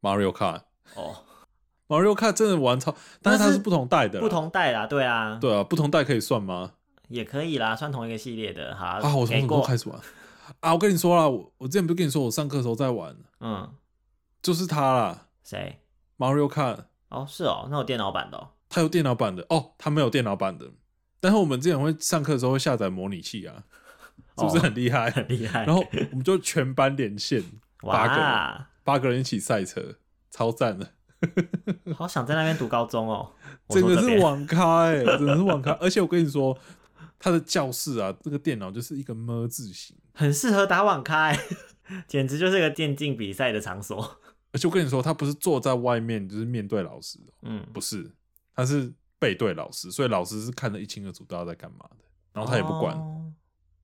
Speaker 1: Mario Kart，Mario
Speaker 2: 哦，
Speaker 1: Kart 真的玩超，但是它是不同代的啦，
Speaker 2: 不同代啦，对啊，
Speaker 1: 对啊，不同代可以算吗？
Speaker 2: 也可以啦，算同一个系列的。好
Speaker 1: 啊，我从什么
Speaker 2: 给
Speaker 1: 时候
Speaker 2: 过
Speaker 1: 开始玩？啊！我跟你说啦，我我之前不是跟你说我上课的时候在玩，
Speaker 2: 嗯，
Speaker 1: 就是它啦
Speaker 2: 谁？
Speaker 1: ，Mario Kart，
Speaker 2: 哦，是哦，那有电脑版的、哦。
Speaker 1: 它有电脑版的哦，它没有电脑版的。但是我们之前会上课的时候会下载模拟器 啊，是不是
Speaker 2: 哦
Speaker 1: 很厉害？
Speaker 2: 很厉害。
Speaker 1: 然后我们就全班连线，八个人
Speaker 2: 哇，
Speaker 1: 八个人一起赛车，超赞的！
Speaker 2: 好想在那边读高中哦。我
Speaker 1: 整
Speaker 2: 说
Speaker 1: 个
Speaker 2: 这边
Speaker 1: 是网咖哎、整个是网咖。而且我跟你说，他的教室啊，这个电脑就是一个么字形。
Speaker 2: 很适合打网咖欸，简直就是个电竞比赛的场所。
Speaker 1: 而且我跟你说，他不是坐在外面，就是面对老师，
Speaker 2: 嗯，
Speaker 1: 不是，他是背对老师，所以老师是看得一清二楚，大家在干嘛的， 然后他也不管。
Speaker 2: 哦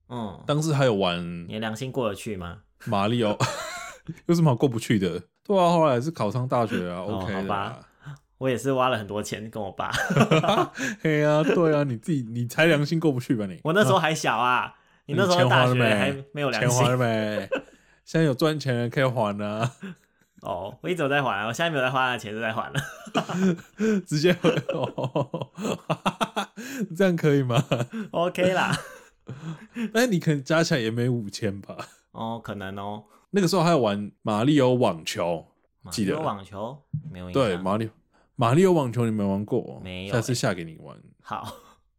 Speaker 2: 嗯，
Speaker 1: 当时还有玩
Speaker 2: 你的良心过得去吗？
Speaker 1: 马里奥，有什么好过不去的？对啊，后来是考上大学啊、
Speaker 2: 哦
Speaker 1: o k
Speaker 2: 好
Speaker 1: 的
Speaker 2: 吧
Speaker 1: 啦。
Speaker 2: 我也是挖了很多钱跟我爸，
Speaker 1: 嘿啊，对啊，你自己你才良心过不去吧你？
Speaker 2: 我那时候还小啊，你那时候
Speaker 1: 钱花
Speaker 2: 大
Speaker 1: 了
Speaker 2: 学
Speaker 1: 没
Speaker 2: 还没有良
Speaker 1: 钱还
Speaker 2: 心
Speaker 1: 了没？现在有赚钱了可以还啊，
Speaker 2: 哦。我一直有在还啊，我现在没有在花的钱就在还了。
Speaker 1: 直接回哦， 这样可以吗？
Speaker 2: OK 啦，
Speaker 1: 但你可能加起来也没五千吧。
Speaker 2: 哦，可能哦。
Speaker 1: 那个时候还有玩马里奥网球，记得
Speaker 2: 马里奥网球没有印
Speaker 1: 对
Speaker 2: 象。
Speaker 1: 马里马里奥网球你没玩过？哦
Speaker 2: 没有欸
Speaker 1: 下次下给你玩。
Speaker 2: 好，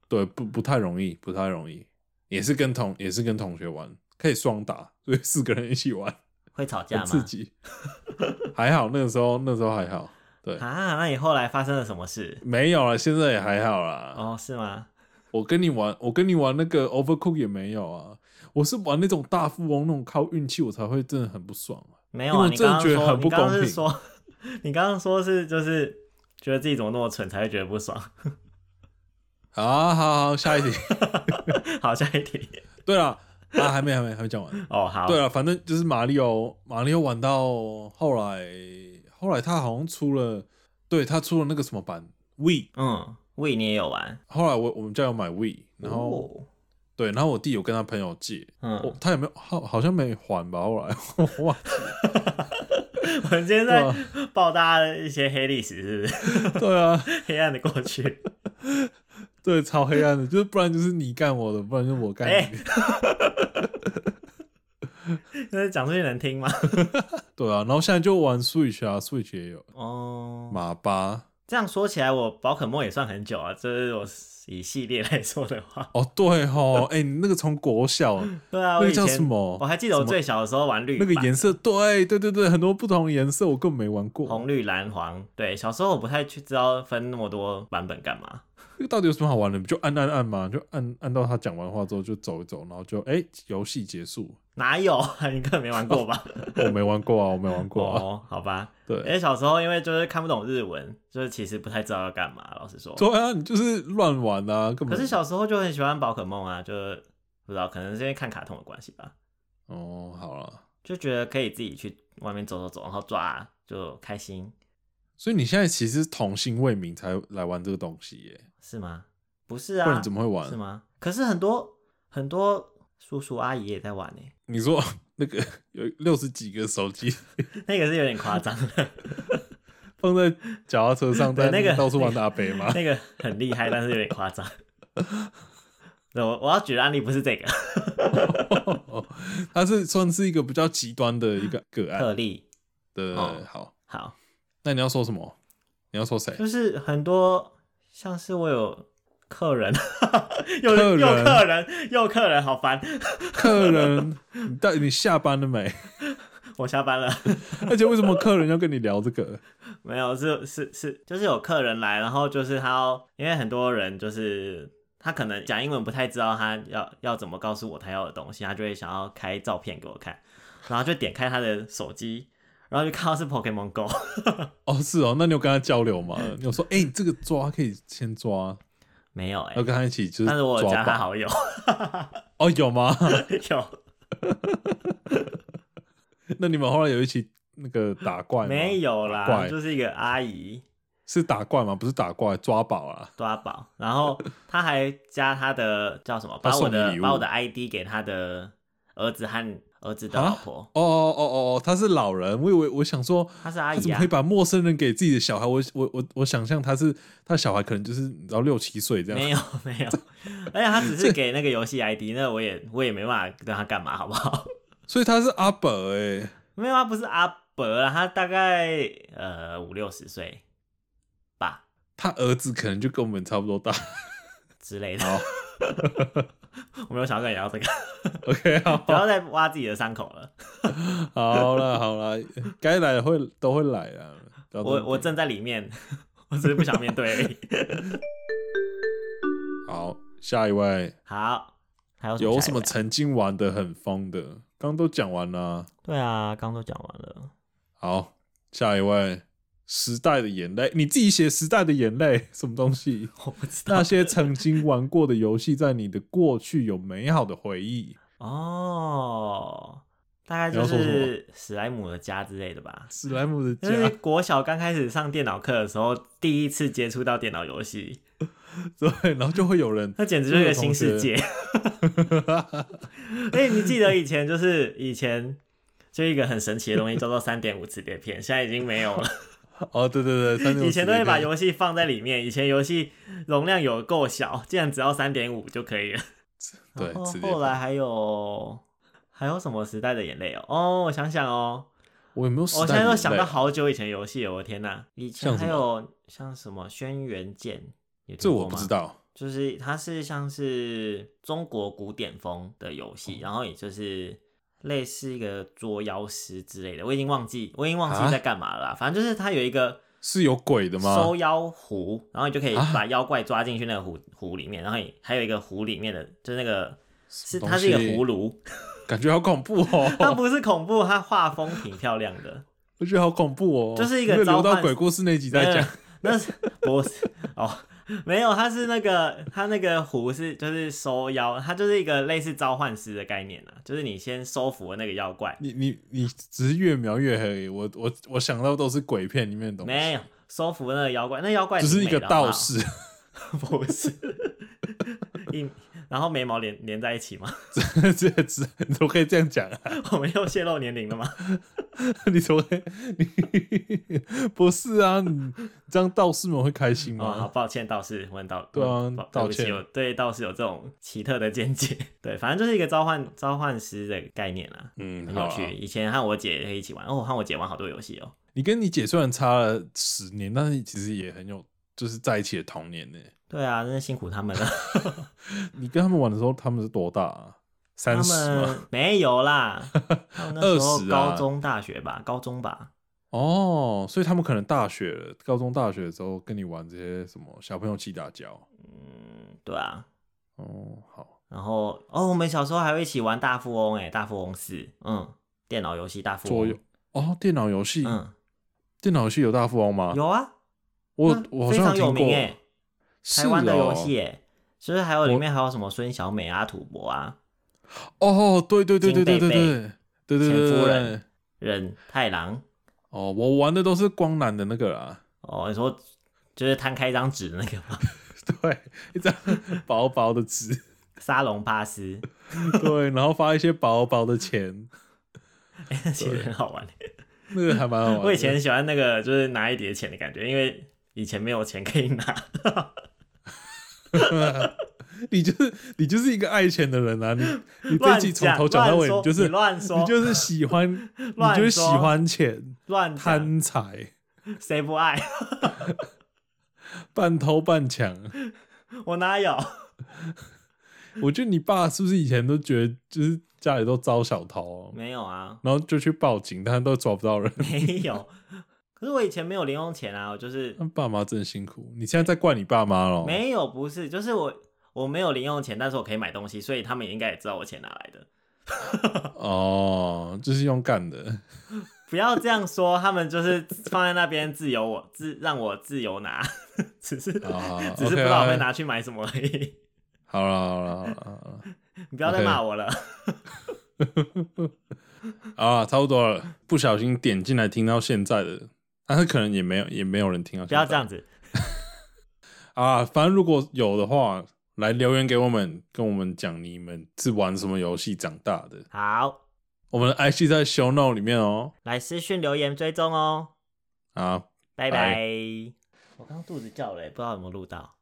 Speaker 1: 对，不不太容易，不太容易，也是跟同也是跟同学玩，可以双打，所以四个人一起玩，
Speaker 2: 会吵架
Speaker 1: 很
Speaker 2: 吗？
Speaker 1: 刺激。还好那个时候那时候还好，对，
Speaker 2: 啊，那你后来发生了什么事？
Speaker 1: 没有了，现在也还好啦。
Speaker 2: 哦，是吗？
Speaker 1: 我跟你玩，我跟你玩那个 Overcook 也没有啊，我是玩那种大富翁那种靠运气，我才会真的很不爽啊。
Speaker 2: 没有
Speaker 1: 因
Speaker 2: 啊，
Speaker 1: 为
Speaker 2: 你
Speaker 1: 真的
Speaker 2: 刚刚
Speaker 1: 觉得
Speaker 2: 说，
Speaker 1: 很不
Speaker 2: 你刚刚
Speaker 1: 公
Speaker 2: 是
Speaker 1: 平
Speaker 2: 说，你刚刚说是就是觉得自己怎么那么蠢才会觉得不爽。
Speaker 1: 好好好，下一题。
Speaker 2: 好，下一题。
Speaker 1: 对了，啊，还没还没还没讲完。
Speaker 2: 哦，好，
Speaker 1: 对了，啊反正就是马里奥，马里奥玩到后来，后来他好像出了，对他出了那个什么版 We，
Speaker 2: 嗯，We 你也有玩，
Speaker 1: 后来我我们家有买 We，然后、
Speaker 2: 哦
Speaker 1: 对，然后我弟有跟他朋友借，哦
Speaker 2: 嗯，
Speaker 1: 他有没有好好像没还吧？后来 我忘记
Speaker 2: 我们今天在
Speaker 1: 了，
Speaker 2: 爆大家的一些黑历史，是不是？
Speaker 1: 对啊，
Speaker 2: 黑暗的过去。
Speaker 1: 对，超黑暗的，就是不然就是你干我的，不然就是我干你的。
Speaker 2: 哎那讲出去能 听吗？
Speaker 1: 对啊，然后现在就玩 Switch 啊，Switch 也有
Speaker 2: 哦，
Speaker 1: 马八。
Speaker 2: 这样说起来，我宝可梦也算很久啊。就是我以系列来说的话，
Speaker 1: 哦，对 吼，哎、你那个从国小
Speaker 2: 对啊，
Speaker 1: 那
Speaker 2: 我
Speaker 1: 个
Speaker 2: 以
Speaker 1: 叫
Speaker 2: 前
Speaker 1: 什么
Speaker 2: 我还记得我
Speaker 1: 什么
Speaker 2: 最小的时候玩绿
Speaker 1: 那个
Speaker 2: 版
Speaker 1: 颜色，对对对对，很多不同的颜色，我根本没玩过。
Speaker 2: 红绿蓝黄，对，小时候我不太去知道分那么多版本干嘛。
Speaker 1: 这个到底有什么好玩的？不就按按按嘛，就按按到他讲完话之后就走一走，然后就哎，游、戏结束。
Speaker 2: 哪有？ 你根本没玩过吧？
Speaker 1: 我没玩过啊，我没玩 过啊。
Speaker 2: 哦，好吧。而
Speaker 1: 对，
Speaker 2: 且小时候因为就是看不懂日文，就是其实不太知道要干嘛。老实说，
Speaker 1: 对啊，你就是乱玩啊，根
Speaker 2: 可
Speaker 1: 本。
Speaker 2: 是小时候就很喜欢宝可梦啊，就是不知道可能是因为看卡通的关系吧，
Speaker 1: 哦，好了，
Speaker 2: 就觉得可以自己去外面走走走，然后抓就开心，
Speaker 1: 所以你现在其实是童心未泯才来玩这个东西耶，
Speaker 2: 是吗？不是
Speaker 1: 不
Speaker 2: 啊，
Speaker 1: 然怎么会
Speaker 2: 是
Speaker 1: 玩？
Speaker 2: 吗？可是很多很多叔叔阿姨也在玩呢、
Speaker 1: 你说那个有六十几个手机
Speaker 2: 那个是有点夸张 了，
Speaker 1: 放在脚踏车上，
Speaker 2: 对
Speaker 1: 在
Speaker 2: 那个
Speaker 1: 到处玩的阿北吗？
Speaker 2: 那个很厉害，但是有点夸张。 对我我要举的案例不是这 个
Speaker 1: 他是算是一个比较极端的 一个个案。
Speaker 2: 特例，
Speaker 1: 对对对，
Speaker 2: 哦
Speaker 1: 好，
Speaker 2: 好。
Speaker 1: 那你要说什么？你要说谁？
Speaker 2: 就是很多像是我有客人， 又
Speaker 1: 客人
Speaker 2: 又客人又客人，好烦！
Speaker 1: 客人，你到底你下班了没？
Speaker 2: 我下班了，
Speaker 1: 而且为什么客人要跟你聊这个？
Speaker 2: 没有，是是是，就是有客人来，然后就是他要，因为很多人就是他可能讲英文不太知道他要要怎么告诉我他要的东西，他就会想要开照片给我看，然后就点开他的手机。然后就看到是 Pokemon Go，
Speaker 1: 哦，是哦，那你有跟他交流吗？你有说，哎、你这个抓可以先抓，
Speaker 2: 没有哎、
Speaker 1: 要跟他一起就是
Speaker 2: 但是我有
Speaker 1: 抓
Speaker 2: 加他
Speaker 1: 吧。
Speaker 2: 好友，
Speaker 1: 哦，有吗？
Speaker 2: 有
Speaker 1: 那你们后来有一起那个打怪吗？
Speaker 2: 没有啦？
Speaker 1: 怪
Speaker 2: 就是一个阿姨，
Speaker 1: 是打怪吗？不是打怪，抓宝啊。
Speaker 2: 抓宝，然后他还加他的叫什么，
Speaker 1: 他
Speaker 2: 把
Speaker 1: 送
Speaker 2: 我
Speaker 1: 你
Speaker 2: 的
Speaker 1: 礼物
Speaker 2: 把我的 ID 给他的儿子和儿子的老婆，
Speaker 1: 哦哦哦哦，他是老人，我以为我想说
Speaker 2: 她是
Speaker 1: 他
Speaker 2: 阿
Speaker 1: 怎
Speaker 2: 姨
Speaker 1: 么
Speaker 2: 啊
Speaker 1: 会。把陌生人给自己的小孩？我我我我想象他是他的小孩，可能就是你知道六七岁这
Speaker 2: 没
Speaker 1: 样。
Speaker 2: 有没有，而且他只是给那个游戏 ID，那我也我也没办法跟他干嘛，好不 好？
Speaker 1: 所以他是阿伯哎、
Speaker 2: 没有，他不是阿伯啦，他大概呃五六十岁吧
Speaker 1: 他儿子可能就跟我们差不多大。
Speaker 2: 之类的。
Speaker 1: 好
Speaker 2: 我没有想要跟你聊这个，
Speaker 1: ，OK，
Speaker 2: 不
Speaker 1: 好，
Speaker 2: 要再挖自己的伤口了。
Speaker 1: 好了好了，该来的会都会来啊。不要这么
Speaker 2: 我我正在里 面，我只是不想面对而已。
Speaker 1: 好，下一位
Speaker 2: 好，还有
Speaker 1: 有
Speaker 2: 什
Speaker 1: 什
Speaker 2: 么
Speaker 1: 么
Speaker 2: 下一位？
Speaker 1: 曾经玩的很疯的？刚都讲完啦。
Speaker 2: 对啊，刚都讲完了。
Speaker 1: 好，下一位，时代的眼泪，你自己写时代的眼泪， 什么东 西？
Speaker 2: 我不知道
Speaker 1: 那些曾经玩过的游戏，在你的过去有美好的回忆。
Speaker 2: 哦，大概
Speaker 1: 你
Speaker 2: 就
Speaker 1: 要说什么
Speaker 2: 是史莱姆的家之类的吧。
Speaker 1: 史莱姆的
Speaker 2: 就
Speaker 1: 家，
Speaker 2: 是国小刚开始上电脑课的时候，第一次接触到电脑游戏，
Speaker 1: 对，然后就会有人
Speaker 2: 那简直就是一个新世 界。所以你记得以前就是以前就一个很神奇的东西叫做三点五磁碟片，现在已经没有了。
Speaker 1: 哦，对对对， 三六
Speaker 2: 以前都会把
Speaker 1: 时间
Speaker 2: 游戏放在里面，以前游戏容量有够小，竟然只要三点五就可以了。
Speaker 1: 对
Speaker 2: 然后
Speaker 1: 磁碟
Speaker 2: 哦后来还有还有什么时代的眼泪哦？哦，我想想哦，
Speaker 1: 我有没有？
Speaker 2: 我现在都想到，好久以前游戏了，我的天哪！以前
Speaker 1: 像什
Speaker 2: 还
Speaker 1: 么
Speaker 2: 有像什么《轩辕剑》，有听
Speaker 1: 这
Speaker 2: 过
Speaker 1: 我不
Speaker 2: 吗
Speaker 1: 知。道。
Speaker 2: 就是它是像是中国古典风的游
Speaker 1: 哦
Speaker 2: 戏，然后也就是类似一个捉妖师之类的，我已经忘记我已经忘
Speaker 1: 啊
Speaker 2: 记在干嘛了啦反正就是它有一个
Speaker 1: 是有鬼的吗
Speaker 2: 收？妖壶，然后你就可
Speaker 1: 啊
Speaker 2: 以把妖怪抓进去那个壶壶里面，然后你还有一个壶里面的，就是那个是
Speaker 1: 什么
Speaker 2: 它是一个
Speaker 1: 东西哦
Speaker 2: 葫芦，
Speaker 1: 感觉好恐怖
Speaker 2: 它
Speaker 1: 哦！
Speaker 2: 不是恐怖，它画风挺漂亮的。
Speaker 1: 我觉得好恐怖哦，
Speaker 2: 就是一个
Speaker 1: 因为留
Speaker 2: 召
Speaker 1: 到
Speaker 2: 唤
Speaker 1: 鬼故事那集
Speaker 2: 没
Speaker 1: 再
Speaker 2: 有
Speaker 1: 讲。，
Speaker 2: 那是不是哦？没有，它是那个它那个壶是就是收妖，它就是一个类似召唤师的概念啊，就是你先收服了那个妖怪，
Speaker 1: 你你你只是越描越黑，我我我想到都是鬼片里面的东
Speaker 2: 没
Speaker 1: 西，
Speaker 2: 有收服那个妖怪，那妖怪
Speaker 1: 只是一个
Speaker 2: 挺美的好不
Speaker 1: 道
Speaker 2: 好，
Speaker 1: 士，
Speaker 2: 不是 一，然后眉毛连连在一起吗？
Speaker 1: 这只你怎么可以这样讲啊？
Speaker 2: 我们又泄露年龄了吗？
Speaker 1: 你怎么会？你 不是啊？你这样道士们会开心
Speaker 2: 哦，好
Speaker 1: 吗？
Speaker 2: 抱歉，道士，问道，
Speaker 1: 嗯对啊
Speaker 2: 嗯抱
Speaker 1: 道
Speaker 2: 对不起
Speaker 1: 歉
Speaker 2: 我对道士有这种奇特的见解。 对，反正就是一个召唤召唤师的概念啦，
Speaker 1: 嗯，
Speaker 2: 很
Speaker 1: 好
Speaker 2: 有
Speaker 1: 啊
Speaker 2: 趣。以前和我姐也一起玩，哦，我和我姐玩好多游戏哦。
Speaker 1: 你跟你姐虽然差了十年，但是其实也很有，就是在一起的童年呢。
Speaker 2: 对啊，真是辛苦他们了。
Speaker 1: 你跟他们玩的时候，他们是多大、啊？三
Speaker 2: 他
Speaker 1: 十吗？
Speaker 2: 们没 有啦，他们那时候
Speaker 1: 20啊
Speaker 2: 高中、大学吧，高中吧。
Speaker 1: 哦，所以他们可能大学了、高中、大学的时候跟你玩这些什么小朋友气打交。
Speaker 2: 嗯，对啊。
Speaker 1: 哦，好，
Speaker 2: 然后哦，我们小时候还会一起玩大富翁、哎，大富翁四，嗯，电脑游戏大富
Speaker 1: 桌游
Speaker 2: 翁，
Speaker 1: 哦，电脑游戏，
Speaker 2: 嗯，
Speaker 1: 电脑游戏有大富翁吗？
Speaker 2: 有啊，
Speaker 1: 我
Speaker 2: 那
Speaker 1: 我好
Speaker 2: 非
Speaker 1: 像有
Speaker 2: 常有
Speaker 1: 听
Speaker 2: 名
Speaker 1: 过，
Speaker 2: 哎、
Speaker 1: 是
Speaker 2: 台湾的游
Speaker 1: 哦
Speaker 2: 戏哎，就是还有里
Speaker 1: 我
Speaker 2: 面还有什么孙小美啊、土博啊、
Speaker 1: 哦，对对对对对对
Speaker 2: 金贝贝
Speaker 1: 对对对对对
Speaker 2: 前夫
Speaker 1: 对
Speaker 2: 人
Speaker 1: 对。
Speaker 2: 忍太郎
Speaker 1: 哦，我玩的都是光南的那个 啦，
Speaker 2: 哦，你说就是摊开一张纸的那个吗？
Speaker 1: 对，一 张薄薄的纸，
Speaker 2: 沙龙巴斯，
Speaker 1: 对，然后发一些薄薄的钱，
Speaker 2: 哎、其实很好玩。
Speaker 1: 那个还蛮好玩的。
Speaker 2: 我以前很喜欢那个，就是拿一叠钱的感觉，因为以前没有钱可以拿。
Speaker 1: 你就是你就是一个爱钱的人啊， 你你这一
Speaker 2: 乱
Speaker 1: 集从
Speaker 2: 讲
Speaker 1: 头讲到
Speaker 2: 乱
Speaker 1: 尾，
Speaker 2: 说
Speaker 1: 你就是
Speaker 2: 你乱说
Speaker 1: 你就是喜 欢，你
Speaker 2: 乱
Speaker 1: 就是喜
Speaker 2: 说
Speaker 1: 欢钱，
Speaker 2: 乱讲，
Speaker 1: 贪财，
Speaker 2: 谁不爱？
Speaker 1: 半偷半抢。
Speaker 2: 我哪有？
Speaker 1: 我觉得你爸是不是以前都觉得就是家里都招小偷、
Speaker 2: 没有啊，
Speaker 1: 然后就去报警，但都抓不到人。
Speaker 2: 没有。可是我以前没有零用钱啊，我就是
Speaker 1: 那爸妈真辛苦，你现在在怪你爸妈咯？
Speaker 2: 没有，不是，就是我我没有零用钱，但是我可以买东西，所以他们也应该也知道我钱哪来的。
Speaker 1: 哦，就是用干的。
Speaker 2: 不要这样说，他们就是放在那边自由我自让我自由拿，只是、
Speaker 1: 啊
Speaker 2: 只
Speaker 1: OK，
Speaker 2: 是不知道我会
Speaker 1: OK
Speaker 2: 拿去买什么而已。
Speaker 1: 好了好了好了好
Speaker 2: 你不要再
Speaker 1: OK
Speaker 2: 骂我了。
Speaker 1: 了啊，差不多了。不小心点进来听到现在的，但是可能也没有也没有人听到。
Speaker 2: 不要这样子，
Speaker 1: 啊！反正如果有的话，来留言给我们，跟我们讲你们是玩什么游戏长大的。
Speaker 2: 好，
Speaker 1: 我们的 IG 在 show note 里面哦。
Speaker 2: 来私讯留言追踪哦，
Speaker 1: 啊，
Speaker 2: 拜
Speaker 1: 拜
Speaker 2: 拜。我刚肚子叫了，不知道有没有录到。